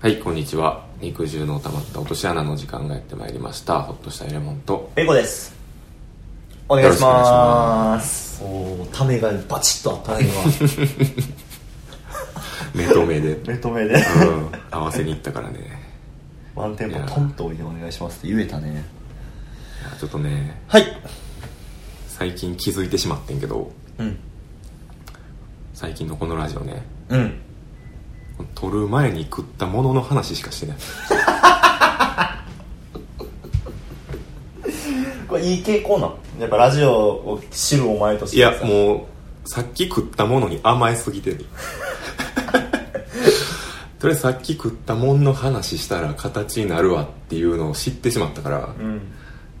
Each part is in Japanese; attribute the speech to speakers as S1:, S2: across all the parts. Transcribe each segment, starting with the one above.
S1: はい、こんにちは。肉汁の溜まった落とし穴の時間がやってまいりました。ほっとしたエレモンと。
S2: エコですお願いしますおおためがバチッとあったね今
S1: 目と目で。
S2: 目と目で
S1: うん。合わせに行ったからね。
S2: ワンテンポトンと置いてお願いしますって言えたね
S1: いやちょっとね、
S2: はい
S1: 最近気づいてしまってんけど、
S2: うん
S1: 最近のこのラジオね、
S2: うん
S1: 撮る前に食ったものの話しかしてない。
S2: これいい傾向なのやっぱラジオを知るお前として
S1: い
S2: い
S1: や、もう、さっき食ったものに甘えすぎてる。とりあえずさっき食ったもんの話したら形になるわっていうのを知ってしまったから、
S2: うん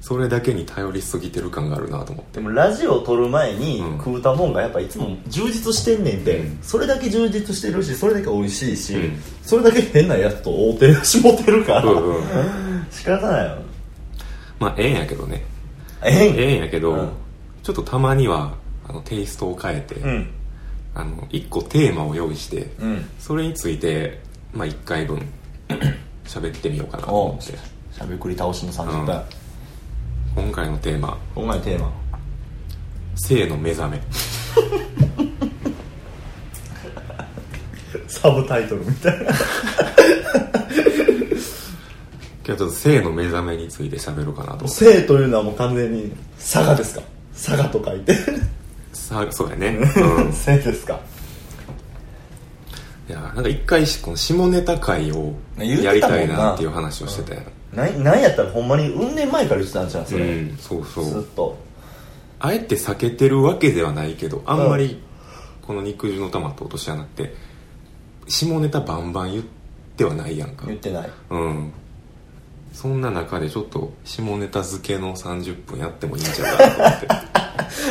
S1: それだけに頼りすぎてる感があるなと思って。
S2: でもラジオを撮る前に
S1: うん
S2: 食うたもんがやっぱいつも充実してんねんで、
S1: うん
S2: それだけ充実してるしそれだけ美味しいし、
S1: うん
S2: それだけ変なやつと合うてるしもてるから、
S1: うんうん
S2: 仕方ないよ
S1: まあええんやけどね
S2: えん
S1: ええんやけど、
S2: うん
S1: ちょっとたまにはあのテイストを変えて、
S2: うん
S1: あの1個テーマを用意して、
S2: うん
S1: それについて、まあ、1回 分喋ってみようかなと思って
S2: しゃべくり倒しの30
S1: う
S2: 分
S1: ん、今回のテーマ
S2: 今回のテーマ
S1: 「性の目覚め
S2: サブタイトルみたいな」
S1: 今日はちょっと性の目覚めについて喋ろうかなと
S2: 性というのはもう完全に佐賀ですか佐賀と書いて
S1: さそうやね、うん、い
S2: 性ですか
S1: やなんか一回しこの下ネタ会を
S2: 言ってたもんな
S1: やりたいなっていう話をしてたやん
S2: なんなんやったらほんまに運年前から言ってたんじゃんそれ、
S1: うん、そうそ
S2: ずっ
S1: う
S2: と
S1: あえて避けてるわけではないけどあんまりこの肉汁の玉と落とし穴って下ネタバンバン言ってはないやんか
S2: 言ってない
S1: うんそんな中でちょっと下ネタ付けの30分やってもいいんじゃないかなと思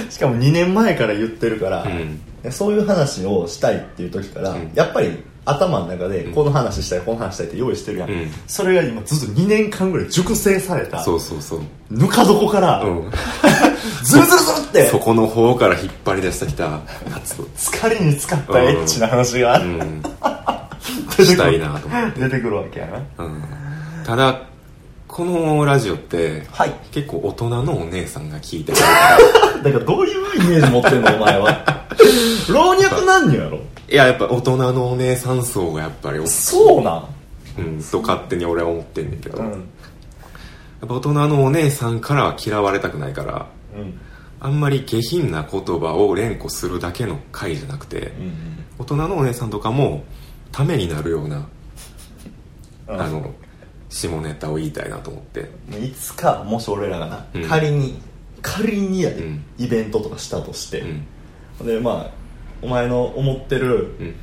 S1: っ
S2: しかも2年前から言ってるか ら、
S1: うん
S2: そういう話をしたいっていう時から、
S1: うん
S2: やっぱり頭の中で
S1: うん
S2: この話したい、この話したいって用意してるやん、
S1: うん
S2: それが今ずっと2年間ぐらい熟成され
S1: て
S2: た
S1: そうそうそう、
S2: ぬか床から、
S1: うん、
S2: ズルズルズルって
S1: そこの方から引っ張り出してきたやつ
S2: 疲れに使ったエッチな話が
S1: う
S2: 出
S1: ん
S2: てくる
S1: したいなと思って
S2: 出てくるわけやな
S1: うんただこのラジオって
S2: はい
S1: 結構大人のお姉さんが聞いてるから
S2: だからどういうイメージ持ってんのお前 は老若男女やろ
S1: いや、やっぱ大人のお姉さん層がやっぱり、
S2: そうなん
S1: うん、と勝手に俺は思ってんねんけど、
S2: う
S1: やっ
S2: ん
S1: ぱ大人のお姉さんからは嫌われたくないから、
S2: うん
S1: あんまり下品な言葉を連呼するだけの回じゃなくて、
S2: うん
S1: 大人のお姉さんとかも、ためになるような、
S2: うん
S1: あの、下ネタを言いたいなと思って。
S2: いつかもし俺らがな、
S1: うん
S2: 仮に仮にやで、
S1: うん
S2: イベントとかしたとして
S1: う、ん。
S2: でまあお前の思ってる
S1: うん。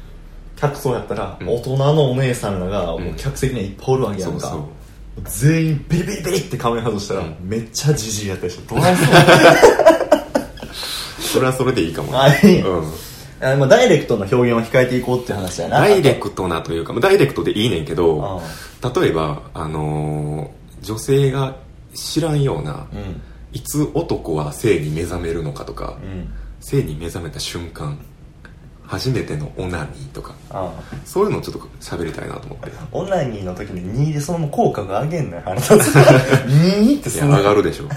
S2: 客層やったら、
S1: うん
S2: 大人のお姉さんらが
S1: ん
S2: もう客席にはいっぱいおるわけや
S1: そ
S2: ん
S1: う
S2: か、
S1: そ
S2: 全員ビリビリビリって仮面外したら、
S1: うん
S2: めっちゃジジイやったでしょどうやって
S1: う。それはそれでいいかも
S2: あいい
S1: うん。
S2: あまあ、ダイレクトな表現を控えていこうって話やな
S1: ダイレクトなというか、まあダイレクトでいいねんけど、
S2: う
S1: 例えば、あのー女性が知らんような、
S2: んうん
S1: いつ男は性に目覚めるのかとか、
S2: うん
S1: 性に目覚めた瞬間初めてのオナニーとか
S2: あ
S1: そういうのをちょっと喋りたいなと思って
S2: オナニーの時に2でそのまま口角上げんのよ腹立つ2って
S1: い
S2: そ
S1: や
S2: の
S1: 上がるでしょ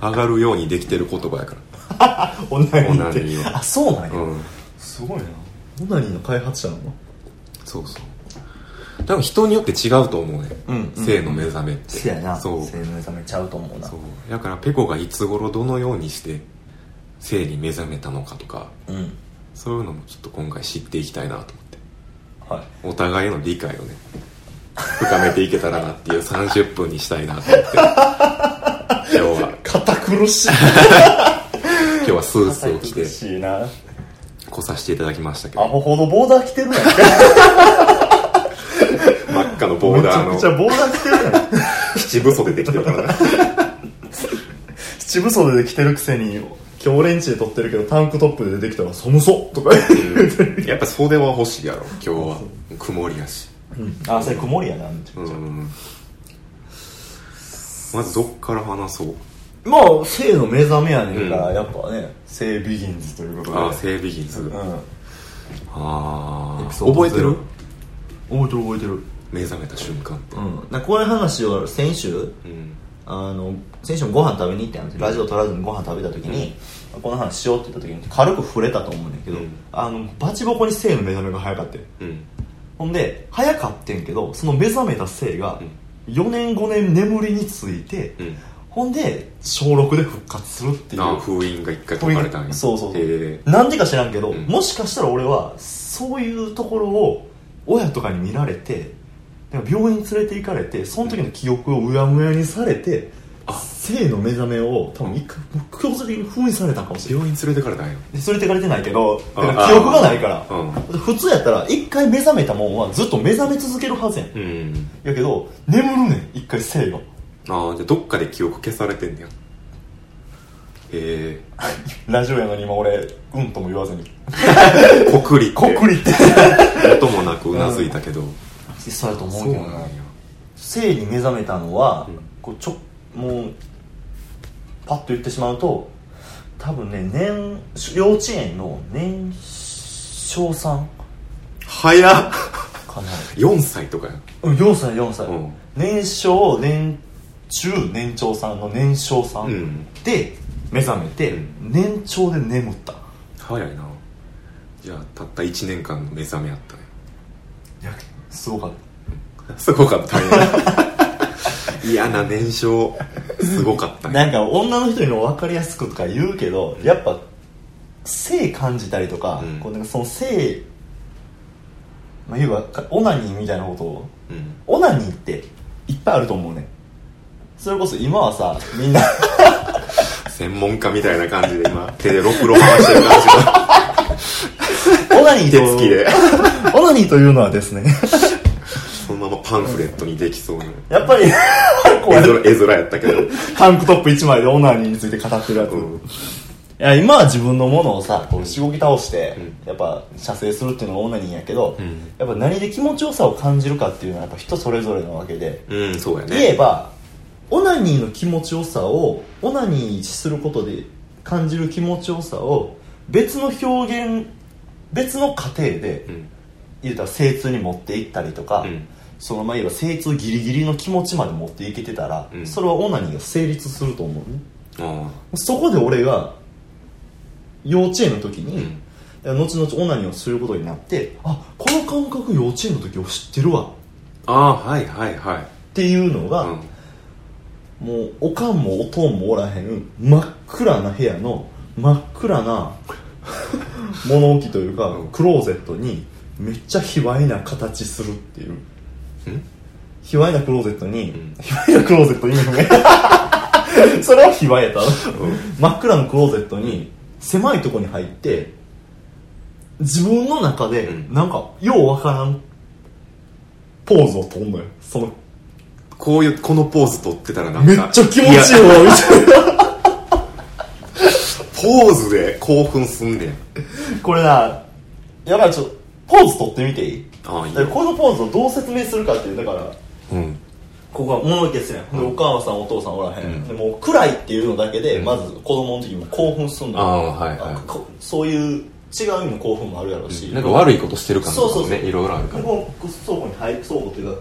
S1: 上がるようにできてる言葉やか
S2: オナニ
S1: オナニ
S2: ーっ
S1: ー
S2: て
S1: は
S2: あそうなんや、
S1: らうん
S2: すごいなオナニーの開発者なの
S1: そうそう多分人によって違うと思うね、
S2: うんうん
S1: 性の目覚めって
S2: せやな
S1: そう
S2: 性の目覚めちゃうと思うな
S1: そうだからペコがいつ頃どのようにして性に目覚めたのかとか
S2: うん
S1: そういうのもちょっと今回知っていきたいなと思って
S2: はい
S1: お互いの理解をね深めていけたらなっていう30分にしたいなと思って今日は
S2: 堅苦しい
S1: 今日はスーツを
S2: 堅
S1: 着て
S2: 苦しいな
S1: 来させていただきましたけ
S2: ア
S1: ど
S2: ホほどボーダー着てるやん
S1: 真っ赤のボーダー
S2: めちゃくちゃ
S1: の
S2: ボーダー着てるやん
S1: 七分袖できてる からね
S2: 七分袖で着てるくせに今日レンチで撮ってるけどタンクトップで出てきたら寒そうとか
S1: うんやっぱ袖は欲しいやろ今日は曇りやし
S2: あそれ曇りやなめちゃくちゃ
S1: うんまずどっから話そう
S2: まあ性の目覚めやねんから、
S1: うん
S2: やっぱね性ビギンズということで
S1: ああ性ビギンズ
S2: うん
S1: ああ
S2: エピソード
S1: 覚えてる
S2: 覚えてる覚えてる
S1: 目覚めた瞬間って
S2: うん、なんかこういう話を先週
S1: うん
S2: あの先週もご飯食べに行ったやんラジオ撮らずにご飯食べた時に、この話しようって言った時に軽く触れたと思うんだけど、
S1: うん
S2: あのバチボコに性の目覚めが早かったよ
S1: うん
S2: ほんで早かってんけどその目覚めた性が4年5年眠りについて、
S1: うん
S2: ほんで小6で復活するっていう
S1: なあ封印が一回解かれたんや
S2: そうそうそう
S1: へ
S2: なんでか知らんけど、
S1: うん
S2: もしかしたら俺はそういうところを親とかに見られてなんか病院に連れて行かれてその時の記憶をうやむやにされて、性の目覚めを多分一回もう強制的に封印されたんかもし
S1: え
S2: れない
S1: 病院連れてかれたんや
S2: で連れてかれてないけどだか
S1: あ
S2: ら記憶がないから
S1: うん
S2: 普通やったら一回目覚めたもんはずっと目覚め続けるはずやん
S1: うん
S2: やけど眠るねん一回性が
S1: ああじゃあどっかで記憶消されてんねやへえ
S2: ラジオやのに今俺うんとも言わずに
S1: こくり
S2: こっくりって
S1: 音もなくうなずいたけど
S2: そうやと思う
S1: そ
S2: け
S1: う
S2: ど
S1: なん
S2: な
S1: や
S2: 性に目覚めたのは、
S1: うん
S2: こうちょもうパッと言ってしまうと多分ね年幼稚園の年少さん
S1: 早っ
S2: かな
S1: 4歳とかや
S2: うん4歳4歳、
S1: うん
S2: 年少年中年長さんの年少さん、
S1: うん
S2: で目覚めて、
S1: う
S2: 年長で眠った
S1: 早いなじゃあたった1年間の目覚めやったね
S2: いやすごかった
S1: すごかったね 嫌な年少すごかったね
S2: なんか女の人にも分かりやすくとか言うけどやっぱ性感じたりとか,、
S1: うん
S2: こうなんかその性、まあ、言うばオナニーみたいなことを
S1: うん
S2: オナニーっていっぱいあると思うねそれこそ今はさみ んな
S1: 専門家みたいな感じで今手でろくろ回してる感じが
S2: オナニ ー
S1: 手
S2: と
S1: つきで
S2: オナニーというのはで すね
S1: そのままパンフレットにできそうな
S2: やっぱりこうや
S1: 絵
S2: って
S1: 面絵面やったけど
S2: タンクトップ1枚でオナニーについて語ってるやつ、
S1: うん
S2: いや今は自分のものをさこうしごき倒して、
S1: うん
S2: やっぱ射精するっていうのがオナニーやけど、
S1: うん
S2: やっぱ何で気持ちよさを感じるかっていうのはやっぱ人それぞれなわけで、
S1: うんそうやね
S2: 言えばオナニーの気持ちよさをオナニーすることで感じる気持ちよさを別の表現別の過程で
S1: うん
S2: 言うたら精通に持っていったりとか、
S1: うん
S2: そのまあ言えば精通ギリギリの気持ちまで持っていけてたら、
S1: うん
S2: それはオナニーが成立すると思うね
S1: あ
S2: そこで俺が幼稚園の時
S1: あうん
S2: に、後々オナニーをすることになってあこの感覚幼稚園の時を知ってるわ
S1: ああはいはいはい
S2: っていうのが、
S1: うん
S2: もうおかんもおとんもおらへん真っ暗な部屋の真っ暗な物置というか、
S1: うん
S2: クローゼットにめっちゃ卑猥な形するっていう
S1: うん
S2: 卑猥なクローゼットに、
S1: うん
S2: 卑猥なクローゼット意味不明 それは卑猥やった、真っ暗のクローゼットに狭いとこに入って自分の中で
S1: うん
S2: なんかようわからんポーズをとんのよその
S1: こういうこのポーズ取ってたらなん
S2: めっ
S1: か
S2: ちゃ気持ちいいわ
S1: や
S2: みたいな
S1: ポーズで興奮すんねん
S2: これなやばいちょっとポーズ取ってみていい
S1: ああいい
S2: で
S1: よ、
S2: このポーズをどう説明するかっていうだから
S1: うん、
S2: ここは物置ですね、で
S1: う
S2: お
S1: ん
S2: 母さんお父さんおらへん、
S1: うん
S2: でもう暗いっていうのだけで、
S1: うん
S2: まず子供の時も興奮すんのよ
S1: ああはいはい
S2: あこそういう違う意味の興奮もあるやろうし、
S1: なんか悪いことしてる感じ
S2: そうそうそう
S1: ねいろいろあるか
S2: で
S1: ら
S2: こう倉庫に入る倉庫っていうか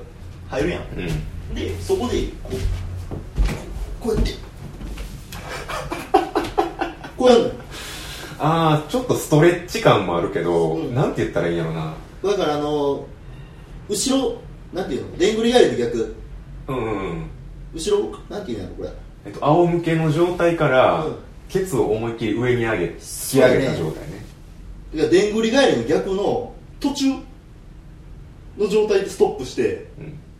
S2: 入るやん、
S1: うん
S2: でそこでこうこ うやってこうやるのよ
S1: ああちょっとストレッチ感もあるけど、
S2: うん
S1: なんて言ったらいいんやろな
S2: だからあの後ろなんていうのでんぐり返りの逆
S1: うんうんうん
S2: 後ろなんていうんやろこれ
S1: えっと仰向けの状態から、
S2: うん
S1: ケツを思いっきり上に上げ引き
S2: うやね
S1: 上げた状態ね
S2: いやでんぐり返りの逆の途中の状態でストップして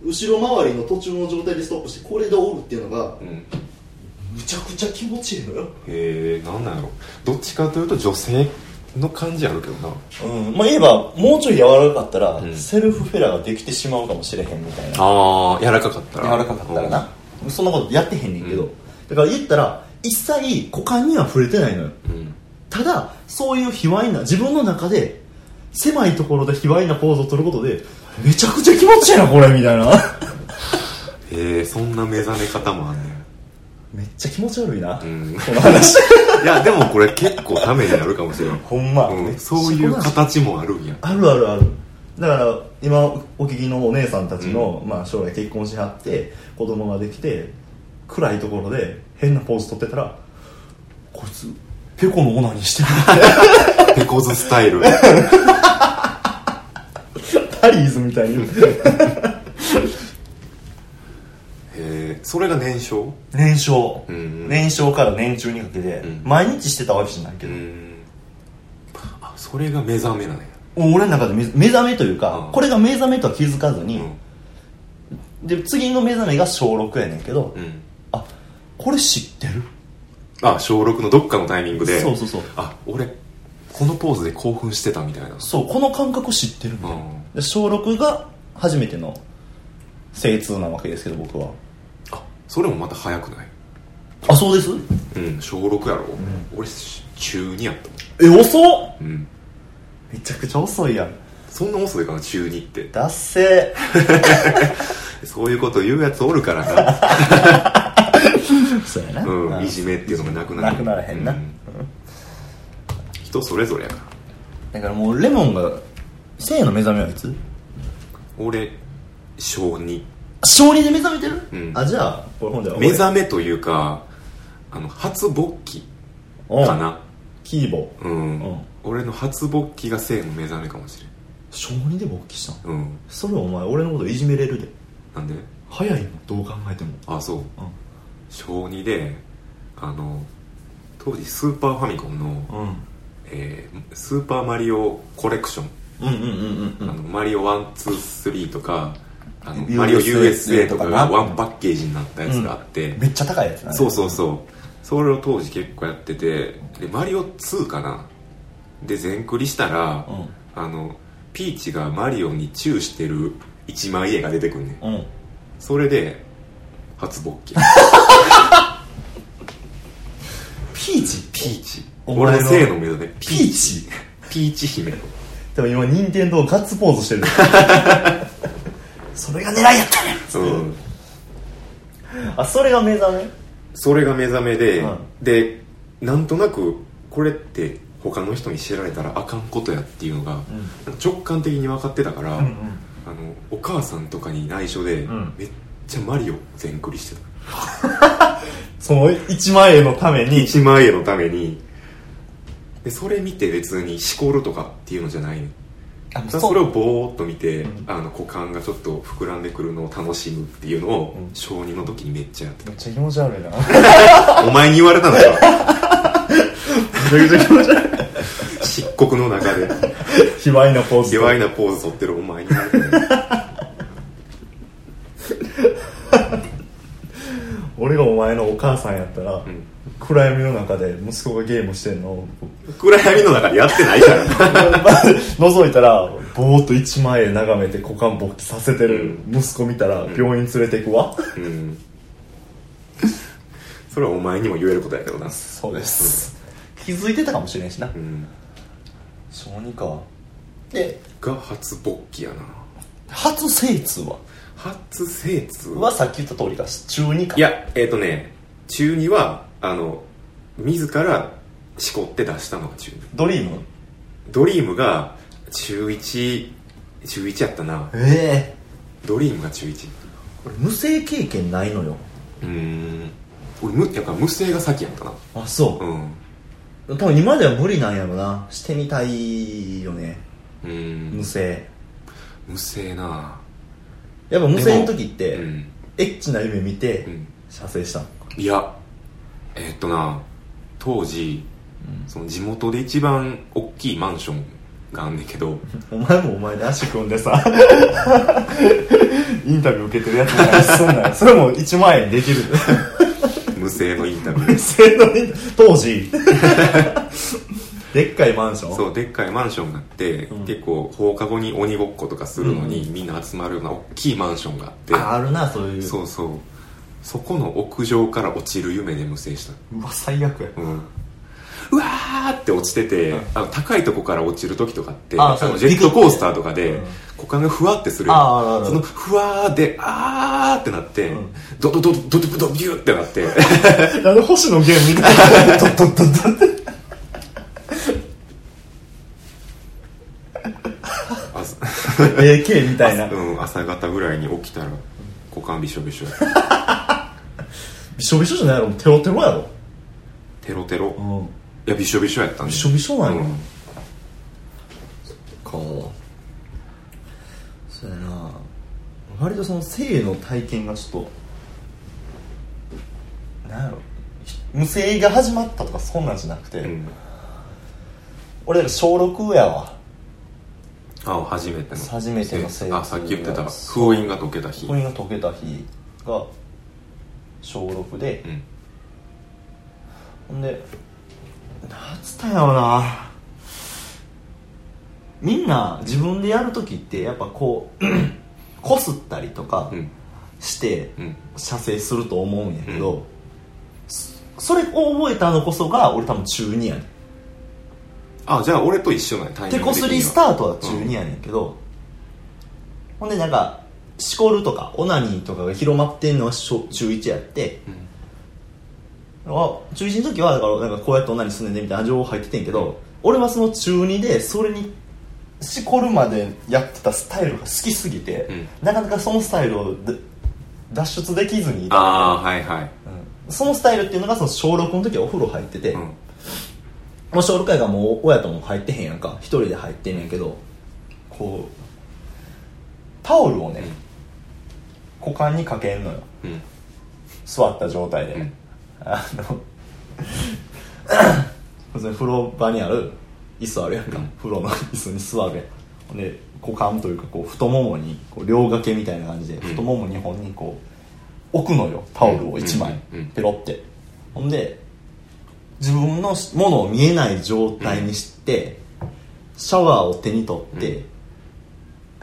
S1: うん
S2: 後ろ回りの途中の状態でストップしてこれで折るっていうのが
S1: うん
S2: むちゃくちゃ気持ちいいのよ
S1: へえんなんやろどっちかというと女性の感じあるけどな
S2: うんまあ言えばもうちょい柔らかかったら、
S1: ん
S2: セルフフェラーができてしまうかもしれへんみたいな
S1: ああ柔らかかったら
S2: 柔らかかったらな、そんなことやってへんねんけど、だから言ったら一切股間には触れてないのよ
S1: うん
S2: ただそういう卑猥な自分の中で狭いところで卑猥なポーズを取ることでめちゃくちゃ気持ちいいなこれみたいな
S1: へえそんな目覚め方もあんねん
S2: めっちゃ気持ち悪いな、
S1: ん
S2: この話
S1: いやでもこれ結構 ためになるかもしれん、
S2: ほんま、
S1: う
S2: めっ
S1: ん、
S2: ちゃ
S1: そういう形もあるんや
S2: あるあるあるだから今お聞きのお姉さんたちの、まあ、将来結婚しはって子供ができて暗いところで変なポーズ取ってたらこいつペコのオナニーしてる
S1: ペコズスタイル
S2: タリーズみたいに
S1: えー、それが年少
S2: 年少、
S1: うんうん
S2: 年少から年中にかけて、
S1: うん
S2: 毎日してたわけじゃないうけど、
S1: んあそれが目覚めなんや
S2: もう俺の中で目目覚めというか、
S1: うん
S2: これが目覚めとは気づかず
S1: う
S2: に、
S1: ん
S2: で次の目覚めが小6やねんけど、
S1: うん
S2: あこれ知ってる
S1: あ小6のどっかのタイミングで
S2: そうそうそう
S1: あ俺このポーズで興奮してたみたいな
S2: そうこの感覚知ってるみたいな、
S1: うん
S2: で小6が初めての精通なわけですけど僕は
S1: あそれもまた早くない
S2: あそうです
S1: うん小6やろ、俺し中2やった
S2: え遅っ
S1: うん
S2: めちゃくちゃ遅いやん
S1: そんな遅いかな中2って
S2: だっせ
S1: そういうこと言うやつおるからな、
S2: ーそう やな、
S1: うん、いじめっていうのがなくなる
S2: なくならへんな
S1: うん人それぞれやから
S2: だからもうレモンが性の目覚めはいつ
S1: 俺小2
S2: 小児で目覚めてる、
S1: うん
S2: あじゃあこれ本じゃ
S1: 目覚めというかあの初勃起
S2: め
S1: かな
S2: キーボ
S1: うん、
S2: うん
S1: 俺の初勃起が性の目覚めかもし
S2: 小児で勃起したん
S1: れんうん
S2: それお前俺のこといじめれるで
S1: なんで
S2: 早いのどう考えても
S1: あそう、
S2: ん
S1: 小2であの当時スーパーファミコンの、
S2: うん
S1: えースーパーマリオコレクション、
S2: うんうんうんうん
S1: あのマリオ123とかあの
S2: USA
S1: マリオ USA とかが
S2: とかな
S1: ワンパッケージになったやつがあって、
S2: めっちゃ高いやつな
S1: そうそうそうそれを当時結構やっててでマリオ2かなで全クリしたら、
S2: うん
S1: あのピーチがマリオにチューしてる一枚絵が出てくんねん
S2: うんうん
S1: それで初勃 起
S2: ピーチ
S1: ピーチ
S2: お前
S1: 俺
S2: の
S1: の性の目だね
S2: ピーチ
S1: ピーチ姫の
S2: でも今任天堂ガッツポーズしてる それが狙いやったね
S1: うん
S2: あそれが目覚め
S1: それが目覚めで、
S2: うん
S1: でなんとなくこれって他の人に知られたらあかんことやっていうのが、直感的に分かってたから、あ
S2: うん
S1: のお母さんとかに内緒で、
S2: ん
S1: めっちゃマリオ全クリしてた
S2: その一万円のために
S1: 一万円のためにでそれ見て別にしこるとかっていうのじゃないね
S2: あ
S1: ただそれをぼーっと見て、あの股間がちょっと膨らんでくるのを楽しむっていうのを、
S2: うん
S1: 小2の時にめっちゃやって
S2: めっちゃ気持ち悪いなめ
S1: たお前に言われたの よ
S2: ちゃくちゃ気持ち悪い
S1: 漆黒の中で
S2: 卑猥なポーズ
S1: 卑猥なポーズ取ってるお前に言われたのよ
S2: 俺がお前のお母さんやったら、
S1: ん
S2: 暗闇の中で息子がゲームしてんのを
S1: 暗闇の中でやってないから
S2: 覗いたらぼーっと一万円眺めて股間勃起させてる息子見たら病院連れていくわ、
S1: うんそれはお前にも言えることやけどな
S2: そうです気づいてたかもしれんしな
S1: うん
S2: 小児かで
S1: が初勃起やな
S2: 初精通は
S1: 初精通
S2: はさっき言った通りか中2か
S1: いやえっ、とね中2はあの自らしこって出したのが中2
S2: ドリーム
S1: ドリームが中1中1やったな
S2: ええ
S1: ドリームが中1
S2: 俺無性経験ないのよ
S1: うーん俺むやっぱ無性が先やったな
S2: あそううん多分今では無理なんやろなしてみたいよね
S1: う
S2: 無
S1: ん
S2: 性
S1: 無性な
S2: やっぱ無性の時って、
S1: うん
S2: エッチな夢見て、
S1: うん
S2: 射精したの
S1: いやえっとな当時、その地元で一番大きいマンションがあんねんけ ど
S2: お前もお前で足組んでさインタビュー受けてるやつみたいにすんなよ それも1万円できる
S1: 無性のインタビュー
S2: 無性のインタビュー当 時でっかいマンション
S1: そうでっかいマンションがあって、
S2: うん
S1: 結構放課後に鬼ごっことかするのに、
S2: う
S1: みんな集まるような大きいマンションがあって
S2: ああるなそういう
S1: そうそうそこの屋上から落ちる夢で無制した
S2: うわ最悪や
S1: うんうわーって落ちてて、あの高いとこから落ちる時とかって
S2: あ
S1: あ
S2: そう
S1: のジェットコースターとか
S2: う
S1: で
S2: ん
S1: 股間がふわってするやん
S2: あああるある
S1: そのふわーであーってなって、
S2: うん
S1: ドドドドドドドビューってなって
S2: なんで星野源みたいな ドッドッドッドッ
S1: あそ
S2: AK みたいな
S1: うん、朝方ぐらいに起きたら股間びしょびしょ
S2: びしょびしょじゃないやろテロテロやろ
S1: テロテロ
S2: うん
S1: いやびしょびしょやったんで
S2: びしょびしょなんや
S1: うん
S2: かそうやな割とその性の体験がちょっとなんやろひ無性が始まったとかそんなんじゃなくて、
S1: うん
S2: 俺だから小6やわ
S1: あ初めての
S2: 初めての生活
S1: あさっき言ってた封印が解けた日
S2: 封印が解けた日が小6で
S1: う、ん
S2: ほんでなんつったんやろなみんな自分でやる時ってやっぱこう こすったりとか
S1: うん
S2: して
S1: うん
S2: 射精すると思うんやけど、そそれを覚えたのこそが俺多分中2やねん
S1: あじゃあ俺と一緒なんやタイミン
S2: 手
S1: グ
S2: こ
S1: 的に
S2: す
S1: は
S2: りスタートは中2やねんけど、ほんでなんかしこるとかオナニーとかが広まってんのは小中1やって
S1: うん
S2: あ中1の時はだからなんかこうやって女に住んでんねみたいな情報入っててんけど、俺はその中2でそれにしこるまでやってたスタイルが好きすぎて、
S1: うん
S2: なかなかそのスタイルをで脱出できずにいた
S1: ああはいはい
S2: うんそのスタイルっていうのがその小6の時はお風呂入ってて、
S1: うん
S2: もう小6会がもう親とも入ってへんやんか一人で入ってんねんけどこうタオルをね、股間にかけんのよ
S1: うん
S2: 座った状態で、
S1: うん
S2: あの 普通に風呂場にある椅子あるやんか、
S1: うん
S2: 風呂の椅子に座るやんほんで股間というかこう太ももにこう両掛けみたいな感じで
S1: ん
S2: 太もも2本にこう置くのよタオルを1枚
S1: うんうんうん
S2: ペロってほんで自分のしものを見えない状態にしてシャワーを手に取って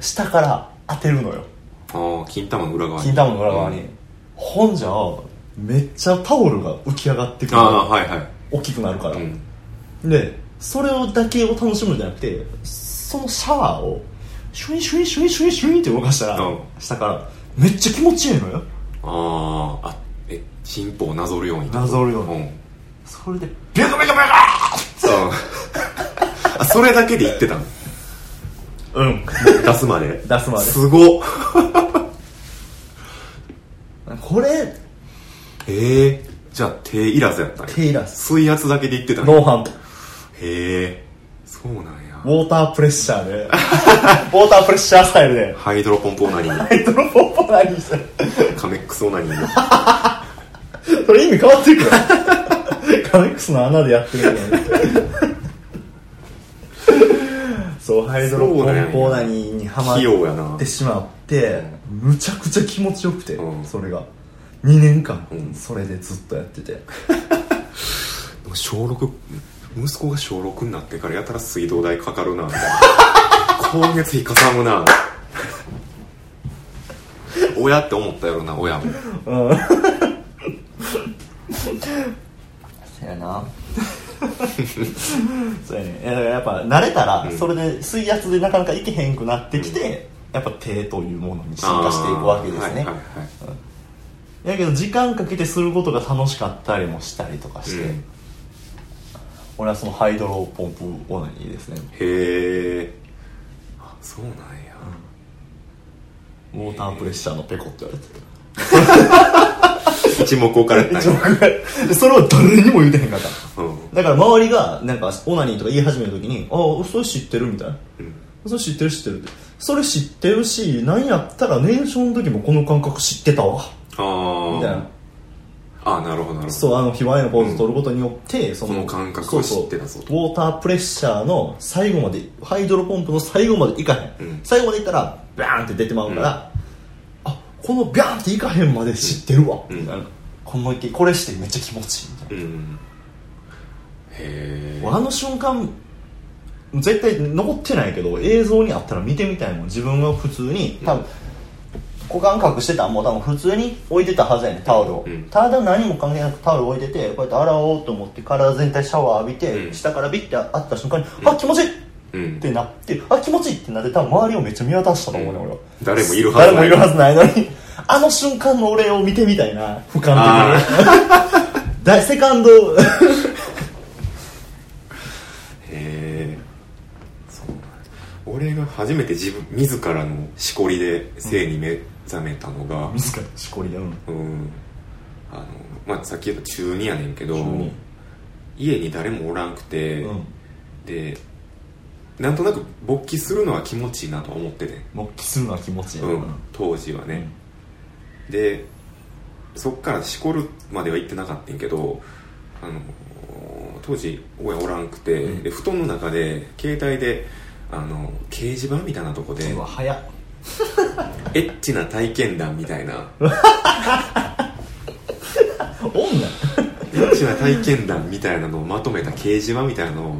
S2: 下から当てるのよ
S1: ああ金玉の裏側に
S2: 金玉の裏側
S1: う
S2: に、
S1: ん
S2: ほんじゃめっちゃタオルが浮き上がってくる
S1: ああはいはい
S2: 大きくなるから、
S1: うん
S2: でそれをだけを楽しむんじゃなくてそのシャワーをシュインシュインシュインシュインシュインって動かしたら、
S1: うん
S2: 下からめっちゃ気持ちいいのよ
S1: あーあえ進歩をなぞるように
S2: なぞるように
S1: ん
S2: それで
S1: ビカビカビカあそれだけで言ってたの
S2: うん
S1: 出すまで
S2: 出すまです
S1: ごっ
S2: これ
S1: へえじゃあ手いらずやったんや
S2: 手いらず
S1: 水圧だけで言ってたんや
S2: ノーハンド
S1: へえそうなんや
S2: ウォータープレッシャー でウォータープレッシャースタイルで
S1: ハイドロポンポーナリー
S2: ドロポンポナリーしてる
S1: カメックスオナニー
S2: それ意味変わってるから カメックスの穴でやってるからそうハイドロポンポーナニーにハマ
S1: 器用やな
S2: ってしまってむちゃくちゃ気持ちよくて、
S1: うん
S2: それが2年間、
S1: うん
S2: それでずっとやってて
S1: 小6息子が小6になってからやたら水道代かかるなみたいな光熱費かさむな親って思ったやろな親も
S2: そやな そうやねいやだからやっぱ慣れたら、
S1: ん
S2: それで水圧でなかなかいけへんくなってきて、やっぱ手というものに進化していくわけですね
S1: あーはいはいはい
S2: やけど時間かけてすることが楽しかったりもしたりとかして、
S1: うん
S2: 俺はそのハイドロポンプオナニーですね
S1: へえあそうなんや、
S2: ウォータープレッシャーのペコって言われ
S1: 一目置かれてない、
S2: てたでそれは誰にも言 うてへんかった
S1: うん、
S2: だから周りがなんかオナニーとか言い始めるときに「ああそれ知ってる」みたいな
S1: うん
S2: 「それ知ってる知ってる」ってそれ知ってるしなんやったら年少の時もこの感覚知ってたわ
S1: ああ
S2: みたいな
S1: ああなるほどなるほど
S2: そうあの卑猥なポーズを取ることによって、その
S1: この感覚を知ってたぞ
S2: そうそうウォータープレッシャーの最後までハイドロポンプの最後までいかへ
S1: う
S2: ん、
S1: ん
S2: 最後までいったらビャーンって出てまうから、あこのビャーンっていかへんまで知ってるわ、
S1: うん
S2: みたいなこの池これしてめっちゃ気持ちいいみたいな
S1: うんへえ
S2: あの瞬間絶対残ってないけど映像にあったら見てみたいもん自分が普通に多分股間隠してたらもう多分普通に置いてたはずやねんタオルを、
S1: うん
S2: ただ何も関係なくタオル置いててこうやって洗おうと思って体全体シャワー浴びて、
S1: うん
S2: 下からビッてあった瞬間に、あ気持ちいい
S1: うん
S2: ってなってあ気持ちいいってなって多分周りをめっちゃ見渡したと思うね、俺は
S1: 誰もいるはず
S2: 誰もいるはずないのにあの瞬間の俺を見てみたいな俯瞰
S1: あ
S2: 的 にだセカンド
S1: へえそうなんや俺が初めて自分自らのしこりで性に目覚めたのが、
S2: 自らしこりでうん
S1: うんあのまあ、さっき言った中2やねんけど
S2: 中二
S1: 家に誰もおらんくて、
S2: うん
S1: でなんとなく勃起するのは気持ちいいなとは思ってて、
S2: 勃起するのは気持ちいいな
S1: うん、当時はね、でそっからしこるまでは行ってなかったんやけどあの当時親おらんくて、
S2: うん
S1: で布団の中で携帯であの掲示板みたいなとこで
S2: うわ早っ
S1: エッチな体験談みたいな
S2: 女
S1: エッチな体験談みたいなのをまとめた掲示板みたいなのを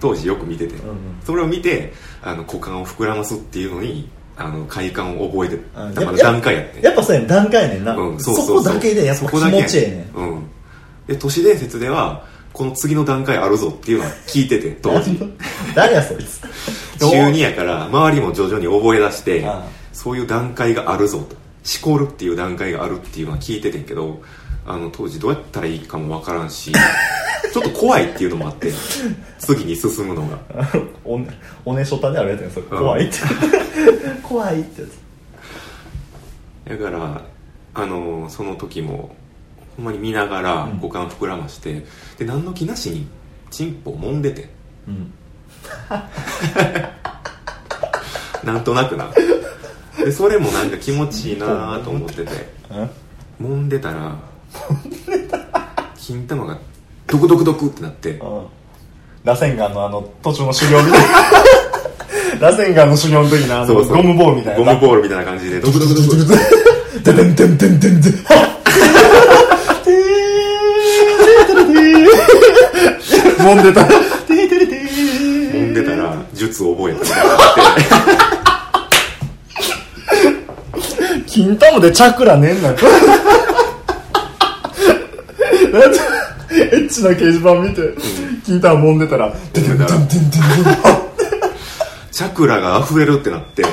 S1: 当時よく見てて、
S2: うんうん
S1: それを見てあの股間を膨らますっていうのにあの快感を覚えて
S2: あ
S1: たまだ
S2: やっぱ
S1: 段階やって
S2: やっぱそうやねん段階やねんな、
S1: うん
S2: そこだけでやっぱ気持ちええねん
S1: そこだけうんで都市伝説ではこの次の段階あるぞっていうのは聞い てて当時
S2: 誰やそいつ
S1: 中二やから周りも徐々に覚え出して
S2: ああ
S1: そういう段階があるぞとしこるっていう段階があるっていうのは聞いててんけどあの当時どうやったらいいかもわからんし ちょっと怖いっていうのもあって次に進むのが
S2: おねおねしょたであるやつやんそれ
S1: うん
S2: 怖いって 怖いってやつ
S1: だからあのその時もほんまに見ながら
S2: うん
S1: 股間膨らまして、で何の気なしにチンポ揉んでて
S2: うん
S1: なんとなくなでそれもなんか気持ちいいなと思ってて
S2: うん
S1: 揉んでたら金玉がドクドクドクってなって
S2: うん螺旋岩のあの途中の修行み たいな螺旋岩の修行の時のあの
S1: そうそう
S2: ゴムボールみたい
S1: ゴ
S2: な
S1: ムボールみたいな感じでドクドクドク
S2: てんてんてんてんてんてーもんでたてーてれてー
S1: 揉んでたら術を覚えたみたい
S2: 金玉でチャクラねんななんかエッチな掲示板見て、金玉揉んでたら「てんてんてんてんてんてん
S1: なチャクラが溢れるってなって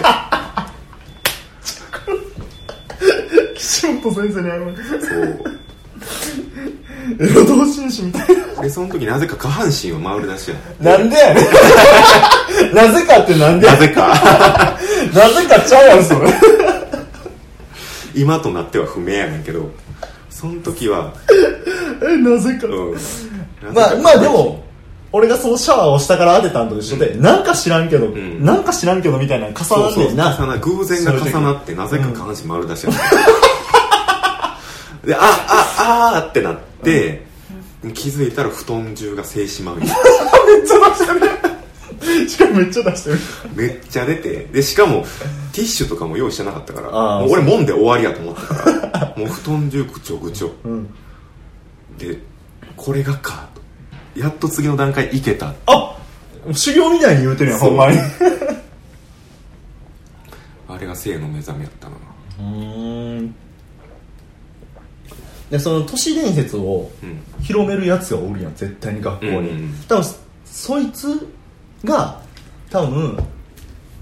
S2: 岸本先生に謝る
S1: そう
S2: エロ同心誌みたい
S1: でその時なぜか下半身を回り出しや
S2: ななんでやねんなぜかってなんでや
S1: な
S2: ねん
S1: ぜか
S2: なぜかちゃうやんそれ
S1: 今となっては不明やねんけどその時は
S2: えなぜか
S1: うん
S2: まあまあでも俺がそのシャワーを下から当てたんと一緒で、なんか知らんけど、
S1: ん
S2: なんか知らんけどみたいなの重
S1: そ
S2: な
S1: うんそう
S2: ねん
S1: 重
S2: な
S1: な偶然が重なってなぜか下半身丸出しやった であああーってなって、気づいたら布団中が静止まみれ
S2: めっちゃ出して るしかもめっちゃ出してる
S1: めっちゃ出てでしかもティッシュとかも用意してなかったから
S2: あ
S1: も
S2: ー
S1: う俺もんで終わりやと思ったから もう布団中ぐちょぐちょ
S2: うん
S1: でこれがかとやっと次の段階いけた
S2: あ修行みたいに言うてるやん
S1: そう
S2: ほん まに
S1: あれが性の目覚めやったな
S2: うんでその都市伝説を
S1: うん
S2: 広めるやつがおるやん絶対に学校に、
S1: うんうんうん
S2: 多分そいつが多分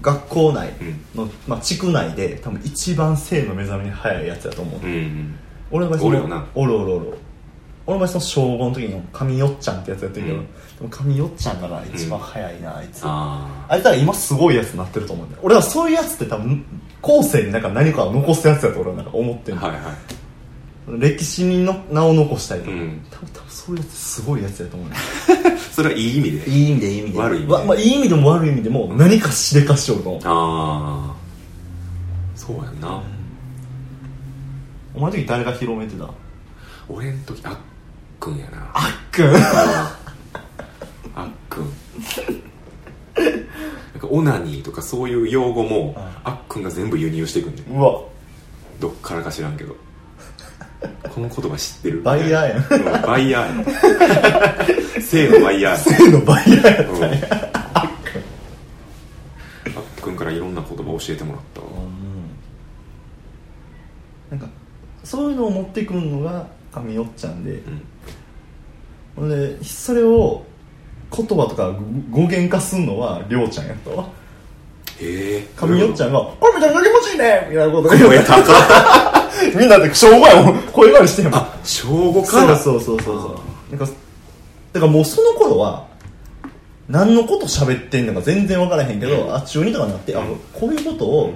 S2: 学校内の、まあ、地区内で多分一番性の目覚めに早いやつだと思う、
S1: うん
S2: 俺の場合その
S1: おるよな
S2: おるおるおる俺の場合その小5の時の神よっちゃんってやつやってるけど、
S1: うん
S2: でも神よっちゃんがな一番早いな、あいつあ
S1: あ
S2: いつら今すごいやつになってると思うんだよ俺はそういうやつって多分後世になんか何かを残すやつやと俺はなんか思って
S1: あ
S2: る、
S1: はいは
S2: 歴史にの名を残したりと
S1: い
S2: か、
S1: うん
S2: 多分多分そういうやつすごいやつやと思うね
S1: それはいい意味で
S2: いい意味でいい意味で
S1: 悪い意味で
S2: わまあ、いい意味でも悪い意味でも何かしでかしようと思う
S1: ああそうやんな、
S2: お前の時誰が広めてた
S1: 俺ん時あっくんやな
S2: あっくん
S1: あっくんなんかオナニーとかそういう用語もあっくんが全部輸入していくんで
S2: うわ
S1: どっからか知らんけどこの言葉知ってる
S2: バイヤーやん
S1: ーやバイヤーや性のバイヤーや
S2: 性のバイヤーや
S1: うんあっくんからいろんな言葉教えてもらったわ
S2: なんかそういうのを持ってくるのが神よっちゃんで
S1: うん
S2: ほんでそれを言葉とか語源化すんのはりょうちゃんやったわ
S1: へえ
S2: 神よっちゃ
S1: ん
S2: んが「これめちゃくちゃ気持ちいいね!」みたいなことが
S1: 声高っ
S2: みんなで小声を声変わりしてんもん
S1: あ小5か
S2: そう
S1: ら
S2: そうそうそうそうなんかだからもうその頃は何のこと喋ってんのか全然分からへんけど、あ中二とかになって、あ
S1: うん
S2: こういうことを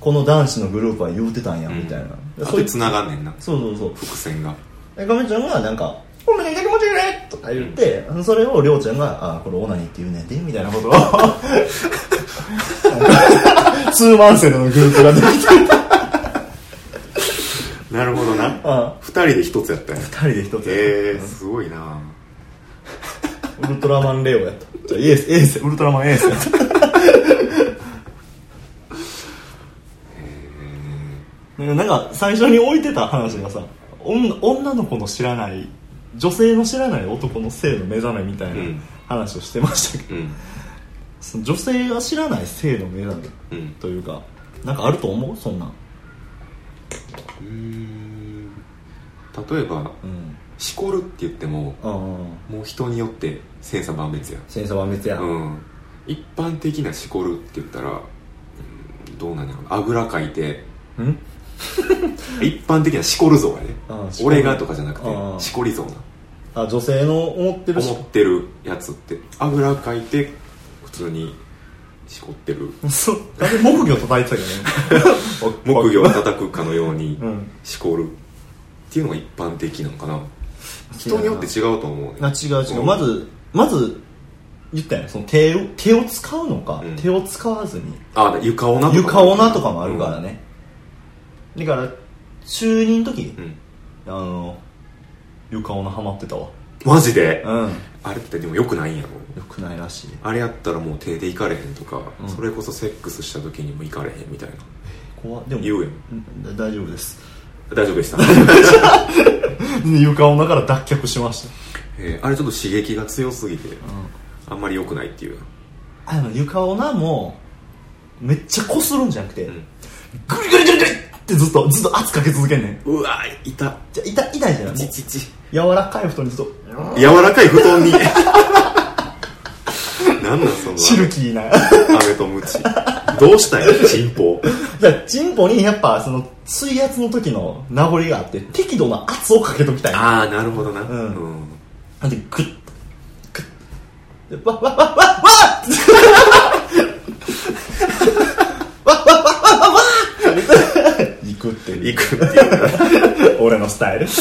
S2: この男子のグループは言うてたんや、
S1: うん
S2: みたいな
S1: あ
S2: そう
S1: と
S2: いう
S1: 繋がんねんな
S2: そうそうそう
S1: 伏線が
S2: で亀ちゃんがなんか「こんなに気持ちいいね!」とか言って、それをりょうちゃんが「あこれオナニーって言うねんで」みたいな ことをツーマンセルのグループができて
S1: なるほどな
S2: あ
S1: 二人で一つやったんや
S2: 2人で一つ
S1: えー、すごいな
S2: ウルトラマンレオやったじゃあイエスエースウルトラマンエース やったなんかなんか最初に置いてた話がさ女女の子の知らない女性の知らない男の性の目覚めみたいな
S1: うん
S2: 話をしてましたけど、
S1: うん
S2: その女性が知らない性の目覚め
S1: うん
S2: というかなんかあると思うそんなん
S1: うーん例えば
S2: うん
S1: しこるって言っても
S2: ああ
S1: もう人によって千差万別や
S2: 千差万別や、
S1: うん一般的なしこるって言ったらうんどうなんやろうなあぐらかいて
S2: ん
S1: 一般的なしこる像やね
S2: ああしこる
S1: 俺がとかじゃなくて
S2: ああ
S1: しこり像な
S2: あ女性の思ってるし
S1: 思ってるやつってあぐらかいて普通にしこってる
S2: そう完全に木魚叩いてたけどね
S1: 木魚を叩くかのように
S2: うん
S1: しこるっていうのが一般的なのかな人によって違うと思うね
S2: あ違う違う、
S1: ん
S2: まずまず言ったやんその手を手を使うのか、
S1: うん
S2: 手を使わずに
S1: あだ床女とかも
S2: 床女とかもあるからね、だから中任の時
S1: う、ん、うん
S2: あの床女ハマってたわ
S1: マジで
S2: うん
S1: あれってでもよくないんやろ
S2: よくないらしい
S1: あれやったらもう手で行かれへんとか、
S2: うん
S1: それこそセックスした時にも行かれへんみたいな
S2: 怖っでも
S1: 言うやん
S2: んだ大丈夫です
S1: 大丈夫でした、
S2: 床女から脱却しました
S1: えーあれちょっと刺激が強すぎてあんまり良くないっていう
S2: あの床女もめっちゃこするんじゃなくて、
S1: ん
S2: グリグリグリグリってずっとずっと圧かけ続けんねん
S1: うわーいた
S2: じゃ痛い痛いじゃないもう
S1: ちちち
S2: 柔らかい布団にずっと
S1: 柔らかい布団に なんなんその
S2: シルキーな
S1: 飴とムチどうしたんやチンポ
S2: だからチンポにやっぱその水圧の時の名残があって適度な圧をかけときたい
S1: ああなるほどなうんん
S2: なんでグッグッでわわわわわわわわわわわわわ行くっていう
S1: 行くっていうか
S2: 俺のスタイルち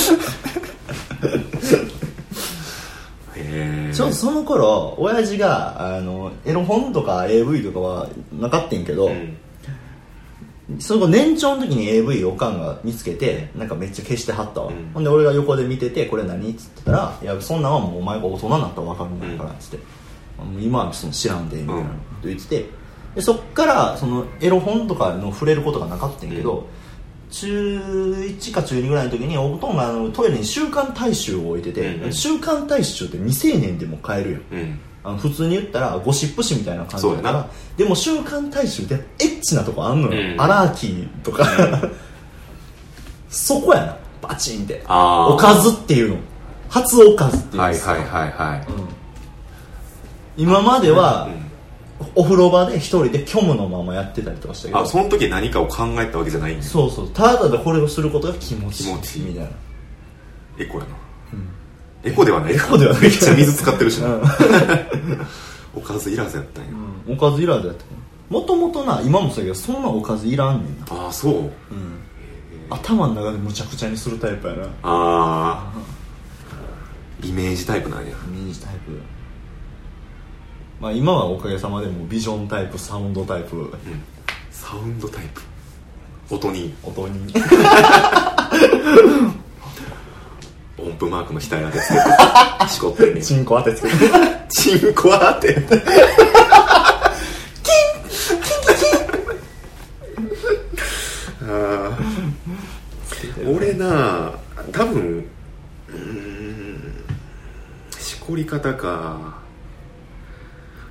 S1: へえ
S2: ょうどその頃親父があのエロ本とか AV とかはなかったんやけど、
S1: うん
S2: その後年長の時に AV おかんが見つけてなんかめっちゃ消してはったわ、
S1: うん
S2: ほんで俺が横で見てて「これ何?」っつってたら「いやそんなんはもうお前が大人になったら分かるんだから」っつって「もう今はその知らんで」みたいなこと言っててでそっからそのエロ本とかの触れることがなかったんやけど、
S1: うん
S2: 中1か中2ぐらいの時におとんがあのトイレに「週刊大衆」を置いてて
S1: うん
S2: 「
S1: うん
S2: 週刊大衆」って未成年でも買えるやん
S1: うん
S2: あの普通に言ったらゴシップ誌みたいな感じだ
S1: そう
S2: か
S1: や
S2: ら
S1: な
S2: でも「週刊大衆」ってエッチなとこあんのよ、
S1: うん
S2: アラーキーとか、 そこやなバチンって
S1: あー
S2: おかずっていうの初おかずっていうん
S1: は
S2: で
S1: い
S2: す
S1: はいはいはい
S2: 今までは、
S1: うん
S2: お風呂場で一人で虚無のままやってたりとかしたけど
S1: あその時何かを考えたわけじゃないんや
S2: そうそうただただこれをすることが気持ちいい
S1: 気持ちいい
S2: みたいな
S1: エコやなエコではないエ
S2: コではない
S1: めっちゃ水使ってるしなおかずいらずやったんや
S2: おかずいらずやったもともとな今もそうやけどそんなおかずいらんねんな、
S1: ああそう
S2: 頭の中でむちゃくちゃにするタイプやな
S1: ああイメージタイプなんや
S2: ミニタイプまあ今はおかげさまでもうビジョンタイプサウンドタイプ
S1: サウンドタイプ音に
S2: 音に
S1: 音符マークの額当てつけてしこってんねん
S2: チンコ当てつけて
S1: チンコ当てあー俺な多分うーんしこり方か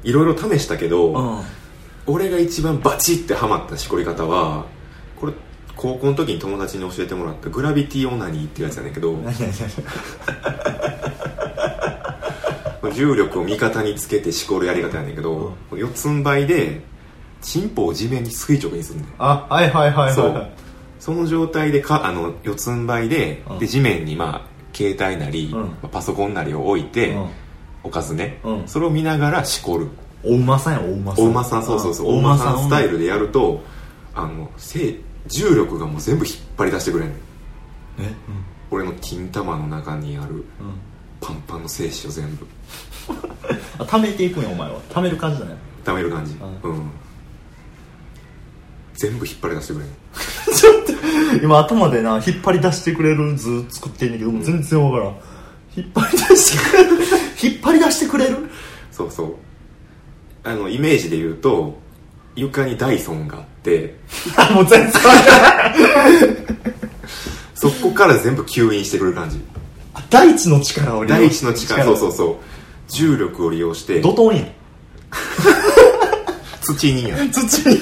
S1: いろいろ試したけど、
S2: うん
S1: 俺が一番バチってハマったしこり方はこれ高校の時に友達に教えてもらったグラビティオナニーってやつやねんけど
S2: 何何何
S1: 重力を味方につけてしこるやり方やねんけど、四つん這いでチンポを地面に垂直にすんねん
S2: あはいはいはいはい
S1: そうその状態でかあの四つん這いで,、
S2: うん
S1: で地面にまあ携帯なり、
S2: うん
S1: まあパソコンなりを置いて、
S2: うん
S1: おかずね、
S2: うん
S1: それを見ながらしこる
S2: お馬さんやお馬さん
S1: お馬さんそうそうそう
S2: あ
S1: お馬さんスタイ
S2: ル
S1: ルでやるとあのせ重力がもう全部引っ張り出してくれんの
S2: え
S1: 俺の金玉の中にある
S2: うん、うん
S1: パンパンの精子を全部
S2: あ貯めていくんやお前は貯める感じだね
S1: 溜める感じ
S2: う
S1: うん全部引っ張り出してくれんの
S2: ちょっと
S3: 今頭でな引っ張り出してくれる図作ってんだけども全然わからん引っ張り出してくれ る
S2: 引っ張り出してくれる
S1: そうそうあのイメージで言うと床にダイソンがあって
S3: もう全然わからん
S1: そこから全部吸引してくれる感じ
S3: あ大地の力を利用
S1: 第一の力そうそう
S3: そ
S1: そう重力を利用して
S3: 怒涛や
S1: 土にや、う ん、
S3: 土に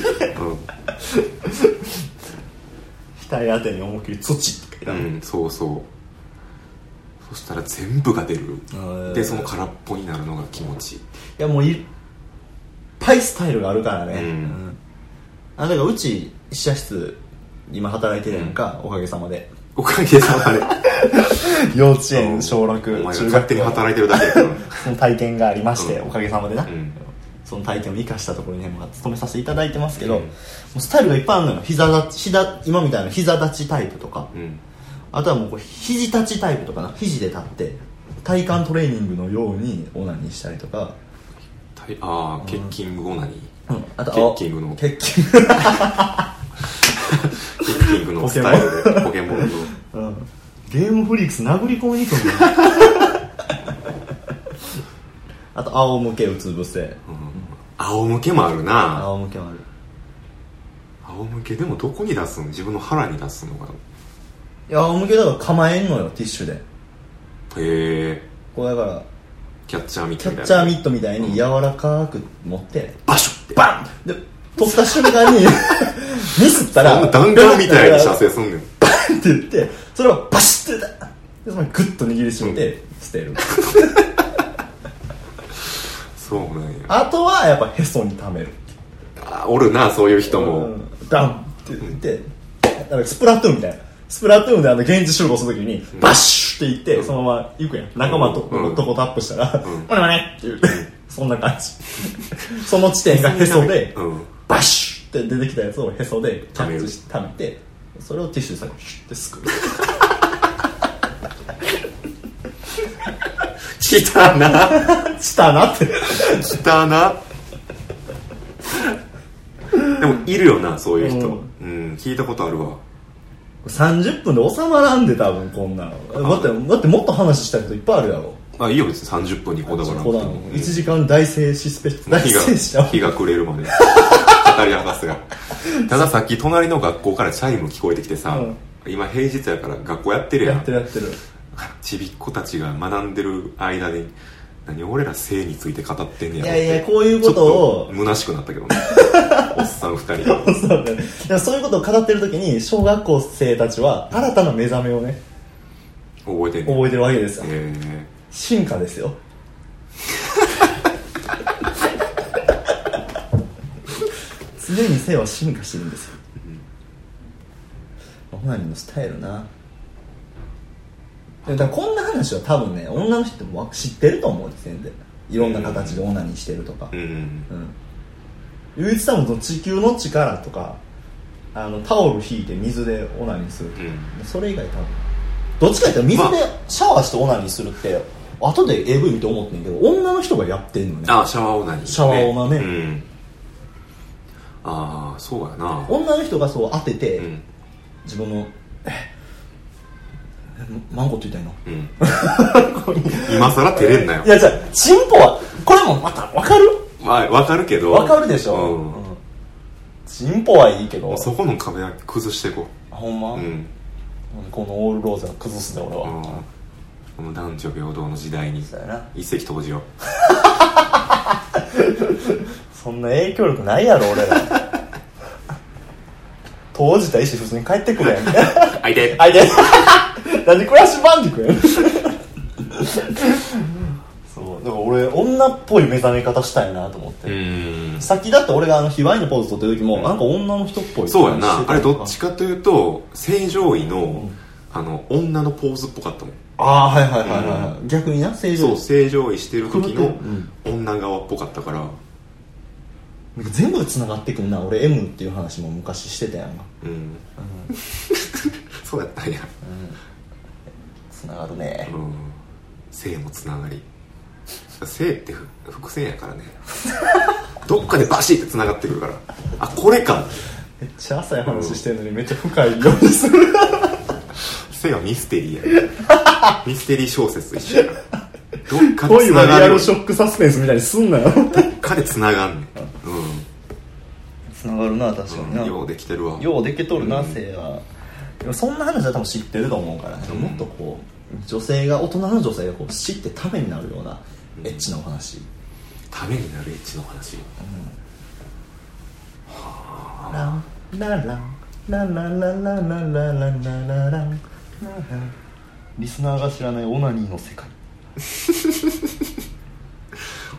S3: 額当てに思いっきり土って書いてあ
S1: う
S3: る
S1: ん、そうそうそしたら全部が出る
S2: ー
S1: でその空っぽになるのが気持ちいい
S2: いやもういっぱいスタイルがあるからね、
S1: うん
S2: あだからうち試写室今働いてるやんか、おかげさまで
S1: おかげさまで
S3: 幼稚 園小楽
S1: お前が
S3: 中
S1: 勝手
S3: 学
S1: に
S3: 校
S1: 働いてるだけやから
S2: その体験がありまして、
S1: うん
S2: おかげさまでな、
S1: うん
S2: その体験を生かしたところに、ね、まあ勤めさせていただいてますけど、
S1: うん
S2: もうスタイルがいっぱいあるのよ膝立ち膝今みたいな膝立ちタイプとか、
S1: うん
S2: あとはもうこう肘立ちタイプとかな肘で立って体幹トレーニングのようにオナニーしたりとか、
S1: たいああケッキングオナニー
S2: うん、あと
S1: ケッキングの
S2: ケ
S1: ケ
S2: ッキング
S1: ッキングのスタイルでポケモンの
S2: うん
S3: ゲームフリークス殴り込みに来るの
S2: あと仰向けうつ伏せ
S1: 仰向けもあるな
S2: 仰向けもある
S1: 仰向けでもどこに出すの自分の腹に出すのか
S2: いや仰向けだから構えんのよティッシュで
S1: へえ
S2: こうだから
S1: キャッチャーみ
S2: キ
S1: たい
S2: ャ
S1: な
S2: ッチャーミットみたいに柔らかく持って
S1: バシュッて
S2: バンで取った瞬間に ミスった
S1: そ
S2: ら
S1: んな弾丸みたいに射
S2: バ
S1: 精すんねん
S2: ンって言ってそれをバシッてだでそのグッと握りしめて捨てる
S1: そうなんや
S2: あとはやっぱへそに溜める
S1: あおるなそういう人も、
S2: うんダンって言ってだからスプラトゥーンみたいなスプラトゥーンであの現地集合するときにバッシュって言ってそのまま行くやん仲間と
S1: うん
S2: とこタップしたら
S1: ん
S2: 「俺もね」って言ってそんな感じその地点がへそで
S1: うん
S2: バッシュって出てきたやつをへそでキャッチして溜めてそれをティッシュで最後シュッてすくう
S1: 汚な
S2: したなって
S1: 汚なでもいるよなそういう人
S2: う
S1: うん、聞いたことあるわ
S2: 30分で収まらんで多分こんなのだってだってもっと話したいこといっぱいあるやろ
S1: まあいいよ別に30分にこだわらなくて
S2: こだ
S1: も
S2: の
S1: うん
S2: 1時間大静止スペシャル大
S1: 日
S2: 静止ちゃ
S1: が
S2: う
S1: 日が暮れるま で語り明かすがたださっき隣の学校からチャイム聞こえてきてさ、今平日やから学校やってるや
S2: や
S1: ん
S2: ってるやってる
S1: ちびっ子たちが学んでる間に何俺ら性について語ってんねやろ
S2: いやいや
S1: って
S2: こういうことを
S1: ちょっ虚しくなったけど ねおっさん二人
S2: そうだねでもそういうことを語ってる時に小学校生たちは新たな目覚めをね
S1: 覚えてんねん
S2: 覚えてるわけですよ
S1: えー
S2: 進化ですよ常に性は進化してるんですよオナニーのスタイルなでもだからこんな話は多分ね女の人も知ってると思う全然いろんな形でオナニーしてるとか、
S1: うん
S2: うん、唯一多分その地球の力とかあのタオル引いて水でオナニーするとか、それ以外多分どっちか言ったら水でシャワーしてオナニーするって、後で AV 見て思ってんけど女の人がやってんのね
S1: ああシャワーオナニー、ね、
S2: シャワーオナね
S1: うんああそうやな
S2: 女の人がそう当てて、
S1: うん
S2: 自分のえマンゴーって言いたいの
S1: うん 今更照れんなよ
S2: いやじゃあチンポはこれもまた分かる
S1: まあわかるけど
S2: 分かるでしょ、
S1: うん
S2: うんチンポはいいけ
S1: も
S2: ど
S1: うそこの壁は崩していこ
S2: ほんま、
S1: ううん、
S2: このオールローズは崩すね俺は、
S1: うん、この男女平等の時代に
S2: そうやな
S1: 一石投じよう
S2: そんな影響力ないやろ俺ら 投じた意思普通に帰ってくれやん
S1: 相手
S2: あいでなんでクラッシュバンディクやんそうだから俺女っぽい目覚め方したいなと思っ
S1: う
S2: て、
S1: ん
S2: さっきだって俺があの卑猥のポーズ撮ってる時も、
S1: ん
S2: なんか女の人っぽい
S1: そうやなあ
S2: 感
S1: れ
S2: じしてたりと
S1: どっちかというと正常位の、
S2: ん
S1: あの女のポーズっぽかったもん
S3: ああはいはいはいはい、逆にな正
S1: そ
S3: 常
S1: う正常位してる時
S3: 狂っ
S1: の
S3: てるうん
S1: 女側っぽかったから
S2: なんか全部繋がってくんな俺 M っていう話も昔してたやんか
S1: うん、 そうやったんや、
S2: 繋がるね
S1: うん、性もつながり性ってふ伏線やからねどっかでバシってつながってくるからあこれか
S2: めっちゃ浅い
S1: 話
S2: してんのにめっちゃ深いようにする
S1: 性はミステリーや、ミステリー小説と一緒やからどっかで
S3: 恋
S1: つ
S3: は
S1: な
S3: リ
S1: が
S3: ア
S1: る
S3: ル
S1: ど
S3: ショックサスペンスみたいにすんなよ
S1: っかでつながんねん、うん
S2: 繋がるな確かにな、
S1: ようできてるわ
S2: ようでけとるな、せいやでもそんな話は多分知ってると思うからね、もっとこう女性が大人の女性がこう知ってためになるようなエッチなお話、
S1: ためになるエッチの話
S2: ランラランララララララララララン
S3: リスナーが知らないオナニーの世界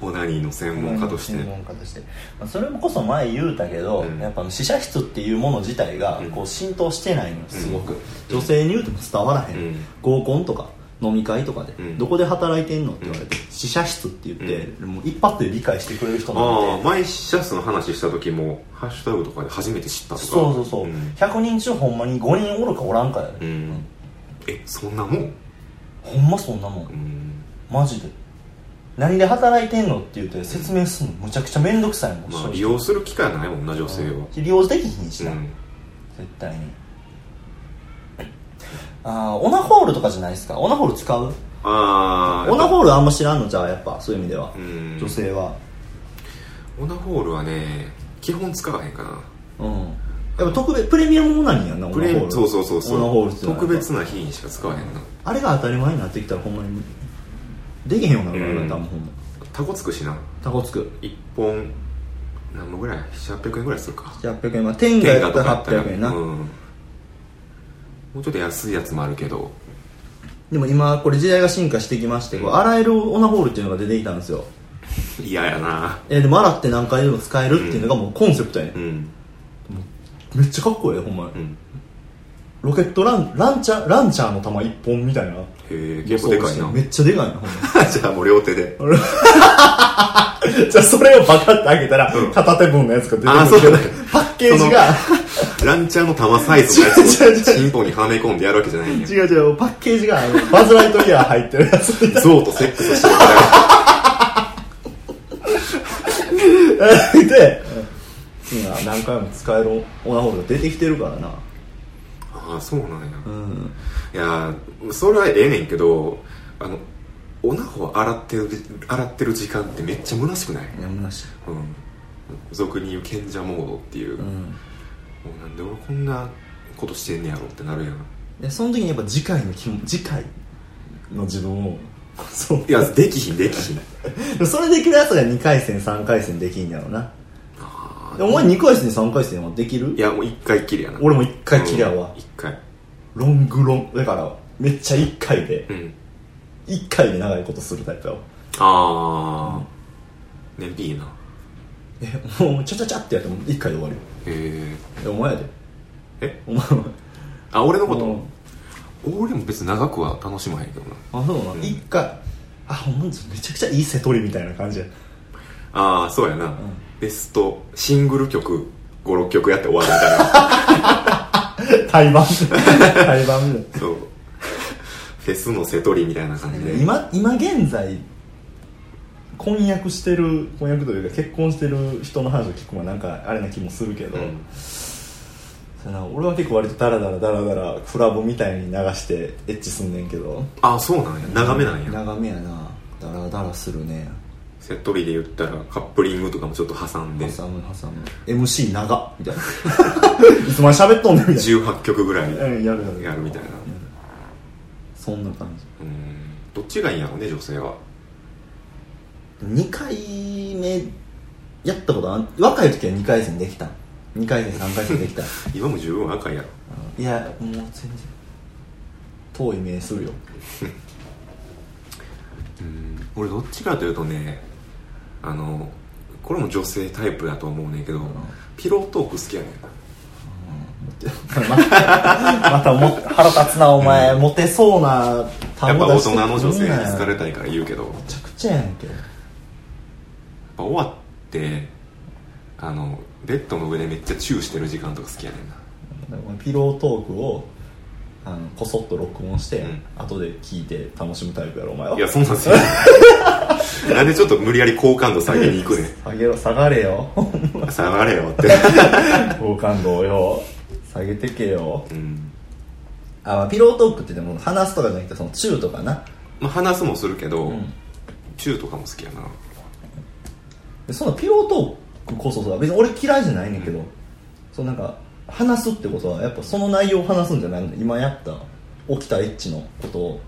S1: オナニーの専門家として
S2: 専門家として、まあ、それもこそ前言うたけど、
S1: うん
S2: やっぱあの試写室っていうもの自体が
S1: うん
S2: こう浸透してないのよすごく、女性に言うても伝わらへん、
S1: うん
S2: 合コンとか飲み会とかで、
S1: うん
S2: どこで働いてんのって言われて、試写室って言って、もう一発で理解してくれる人な
S1: あ
S2: ん
S1: あ
S2: で
S1: 前シャスの話した時もハッシュタグとかで初めて知ったとか
S2: そうそうそう、
S1: ん
S2: 100人中ほんまに5人おるかおらんかや
S1: う
S2: で、
S1: んえそんなもん
S2: ほんまそんなもん
S1: うん
S2: マジで何で働いてんのって言って説明するのむちゃくちゃ面倒くさいも
S1: ま
S2: ん、正
S1: あ
S2: 直
S1: 利用する機会はないもんな女性は
S2: 利用できひんし
S1: う
S2: な、
S1: ん
S2: 絶対にああオナホールとかじゃないですかオナホール使う
S1: ああ
S2: オナホールあんま知らんのじゃあやっぱそういう意味では、
S1: うん
S2: 女性は
S1: オナホールはね基本使わへんかな
S2: うんやっぱ特別プレミアムオナニーやんなオナホ
S1: プレ
S2: ー
S1: イ
S2: ル
S1: そうそうそうそう
S2: オナホールってのは
S1: 特別な日にしか使わへんな
S2: あれが当たり前になってきたらほんまにできへんようになるから
S1: うん
S2: な多分ほんま
S1: タコつくしな
S2: タコつく
S1: 1本何本ぐらい800円ぐらいするか
S2: 800円まあ天下やったら800円な、
S1: うん、もうちょっと安いやつもあるけど
S2: でも今これ時代が進化してきましてこう洗えるオナホールっていうのが出てきたんですよ
S1: 嫌やな
S2: えーでも洗って何回でも使えるっていうのがもうコンセプトやね、
S1: うん
S2: ん、めっちゃかっこええほんまに、
S1: うん
S2: ロケットランランチャーランチャーの弾1本みたいな
S1: へえ結構でかいな
S2: めっちゃでかいなほんま
S1: じゃあもう両手で
S3: じゃあそれをバカって開けたら、片手分のやつが出てくる
S1: あーそうだ
S3: パッケージが
S1: ランチャーの玉サイズのやつ
S3: 違う違う違う
S1: をチンポにはめ込んでやるわけじゃないんや
S3: 違う違うパッケージがあ のバズライトイヤー入ってるやつ
S1: 象とセックスしてるか
S3: で
S2: 今何回も使えるオナホールが出てきてるからな
S1: らああそうなんや
S2: うん
S1: いやーそれはええねんけどあのおなほを洗ってる洗ってる時間ってめっちゃ虚しくない、
S2: やむなし
S1: うん、俗に言う賢者モードっていう、
S2: う
S1: も
S2: ん
S1: うなんで俺こんなことしてんねやろってなるやん
S2: でその時にやっぱ次回の気も次回の自分をそう
S1: いやできひんできひん
S2: それできるやつが2回戦3回戦できんやろなでお前2回戦3回戦はできる
S1: いやもう一回きりやな
S2: 俺も一回きりやわ
S1: うん一回
S2: ロングロンだからめっちゃ1回で
S1: うん
S2: 1回で長いことするタイプだわ
S1: ああ燃費いいな
S2: えもうちゃちゃちゃってやっても1回で終わるよ
S1: へ
S2: えお前やで
S1: え
S2: お前は
S1: えあ俺のこ
S2: うん
S1: と俺も別に長くは楽しまへんけどな
S2: あそうな一回あほんまにめちゃくちゃいい瀬取りみたいな感じや
S1: ああそうやな、
S2: ん
S1: ベストシングル曲56曲やって終わるみたいな
S2: 対バン 対バンみ た
S1: そうフェスの瀬取りみたいな感じ
S2: いな
S1: で
S2: 今今現在婚約してる婚約というか結婚してる人の話を聞くのはなんかあれな気もするけど、
S1: うん
S2: それな俺は結構割とダラダラダラダラクラブみたいに流してエッチすんねんけど
S1: ああそうなんや長めなんや、
S2: 長めやなダラダラするね
S1: セットリで言ったらカップリングとかもちょっと挟んで
S2: 挟む挟む MC 長っみたいな いつまで喋っとんねんみたい
S1: 18曲ぐらい
S2: なうんやるや る
S1: やるみたいな
S2: そんな感じ
S1: うんどっちがいいんやろうね女性は
S2: 2回目やったことあん若い時は2回戦できた2回戦3回戦できた
S1: 今も十分若いやろ
S2: いやもう全然遠い目す るよ
S1: うん俺どっちかというとねあのこれも女性タイプだと思うねんけど、ピロートーク好きやねん
S2: またまたも腹立つなお前、モテそうな
S1: やっぱ大人の女性に好かれたいから言うけどやっ
S2: めちゃくちゃやねんけど
S1: ぱ終わってあのベッドの上でめっちゃチューしてる時間とか好きやねんな
S2: ピロートークをあのこそっと録音して、
S1: うん
S2: 後で聞いて楽しむタイプやろお前はい
S1: や、そんなん すよ。なんでちょっと無理やり好感度下げに行くね
S2: 下げろ下が れよ
S1: ん。下がれよって。
S2: 好感度をよ下げてけよ
S1: うん。
S2: あ、まあ、ピロートークってでも話すとかじゃなくてそのチューとかな、
S1: まあ、話すもするけど、
S2: うん
S1: チューとかも好きやな。
S2: でそのピロートークこそさ別に俺嫌いじゃないねんけど、
S1: うん
S2: そのなんか話すってことはやっぱその内容を話すんじゃないの今やった起きたエッチのことを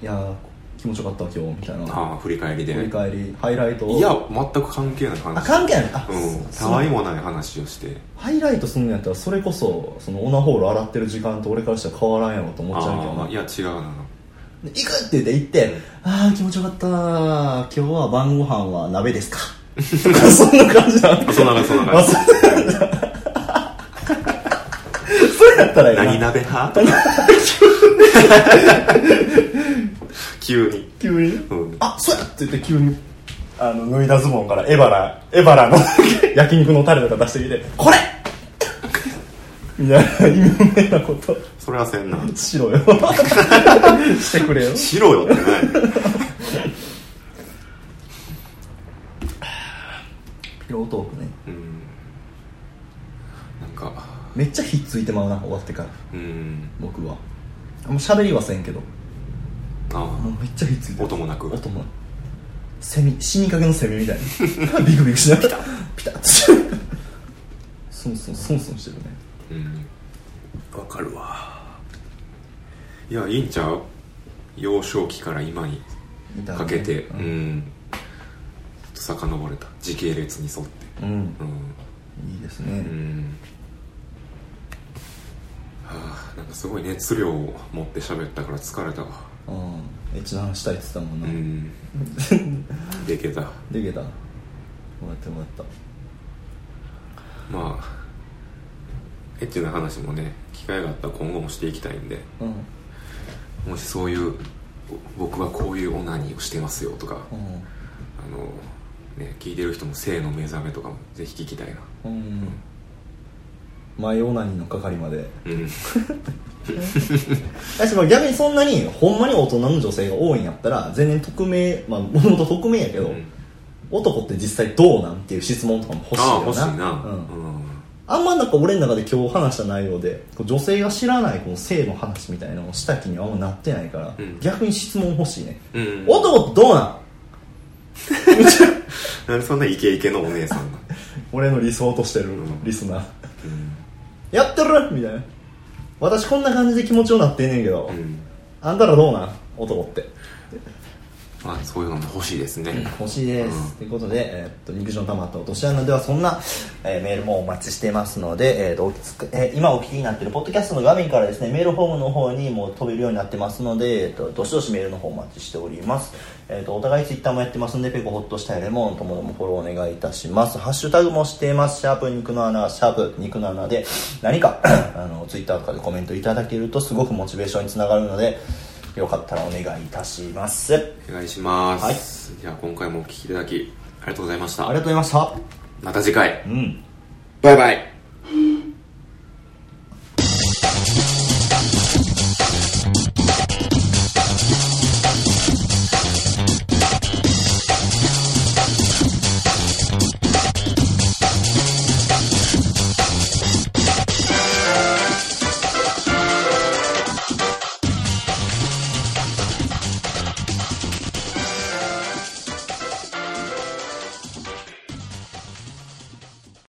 S2: いやー気持ちよかったわ今日みたいな
S1: ああ、振り返りで。
S2: 振り
S1: い
S2: 返りハイライトを
S1: や、全く関係ない
S2: あ
S1: 話。
S2: 関係ないあ、
S1: うん。
S2: そ
S1: たわいもない話をして。
S2: ハイライトするんやったらそれこそそのオナホール洗ってる時間と俺からしたら変わらんやろと思っちゃうけど
S1: あ
S2: な
S1: あ、いや、違うな。
S2: で行くって言って行って、ああ気持ちよかった今日は晩ご飯は鍋ですか そんな感じなの
S1: あそんな感じそんな
S2: あ
S1: 感じ
S2: そんな感じそれやったらいいな
S1: 何鍋 派とか。急に。
S2: 急に
S1: うん。
S2: あそうやって言って急に
S3: あの脱いだズボンからエバラエバラ の焼肉のタレとか出してきて
S2: これみたいな意味不明なこと
S1: それはせんな。
S2: しろよ してくれよ
S1: しろよってない。
S2: ピロートークね
S1: うん。なんか、
S2: めっちゃひっついてまうな終わってから
S1: うん。
S2: 僕はあんま喋りはせんけども
S1: あ
S2: うめっちゃひっつい
S1: あ、
S2: て
S1: 音もなく。
S2: 音もセミ死にかけのセミみたい なビクビクしながらピタッてスンスンスンスンしてるね
S1: うんわかるわいやいいんちゃう幼少期から今に
S2: みたいな
S1: か
S2: ね
S1: けてう、
S2: うんん、
S1: ちょっと遡れた時系列に沿って
S2: うん
S1: うん、
S2: いいですね、
S1: うん、はあなんかすごい熱量を持って喋ったから疲れたわ
S2: うん、エッチな話したいって言ってたもん
S1: う
S2: な、
S1: んできた
S2: できたもらってもらった
S1: まあエッチな話もね機会があったら今後もしていきたいんで
S2: うんうん
S1: もしそういう僕はこういうオナニーをしてますよとかあのね聞いてる人も性の目覚めとかもぜひ聞きたいな
S2: うん前オナニーの係まで
S1: うん
S2: 確かに逆にそんなにほんまに大人の女性が多いんやったら全然匿名まあもともと匿名やけど、
S1: うん
S2: 男って実際どうなんっていう質問とかも欲しい
S1: ああ
S2: よな
S1: 欲しいな
S2: うん
S1: うん
S2: あんまなんか俺の中で今日話した内容でこう女性が知らないこの性の話みたいなのをした気にはあんまなってないから、
S1: うん
S2: 逆に質問欲しいね、
S1: うん
S2: 男ってどうなん
S1: なんでそんなイケイケのお姉さんなの
S2: 俺の理想としてる
S1: ん
S2: リスナー
S1: うん
S2: やってるみたいな私こんな感じで気持ちようなってんねんけど、
S1: うん
S2: あんたらどうなん男って
S1: まあそういうのも欲しいですね
S2: 欲しいです、
S1: うん
S2: ということで、えーっと肉汁の溜まった落とし穴ではそんな、えーメールもお待ちしていますので、えーっとおきつくえー今お聞きになっているポッドキャストの画面からですねメールフォームの方にもう飛べるようになってますので、えーっとどしどしメールの方お待ちしております、えーっとお互いツイッターもやってますんでペコホッとしたいレモンともどもフォローお願いいたしますハッシュタグもしていますシャープ肉の穴シャープ肉の穴で何か あのツイッターとかでコメントいただけるとすごくモチベーションにつながるのでよかったらお願いいたします
S1: お願いしますじゃあ今回もお聞きいただきありがとうございまし
S2: あ
S1: た
S2: りがとうございました
S1: また次回
S2: うん
S1: バイバイ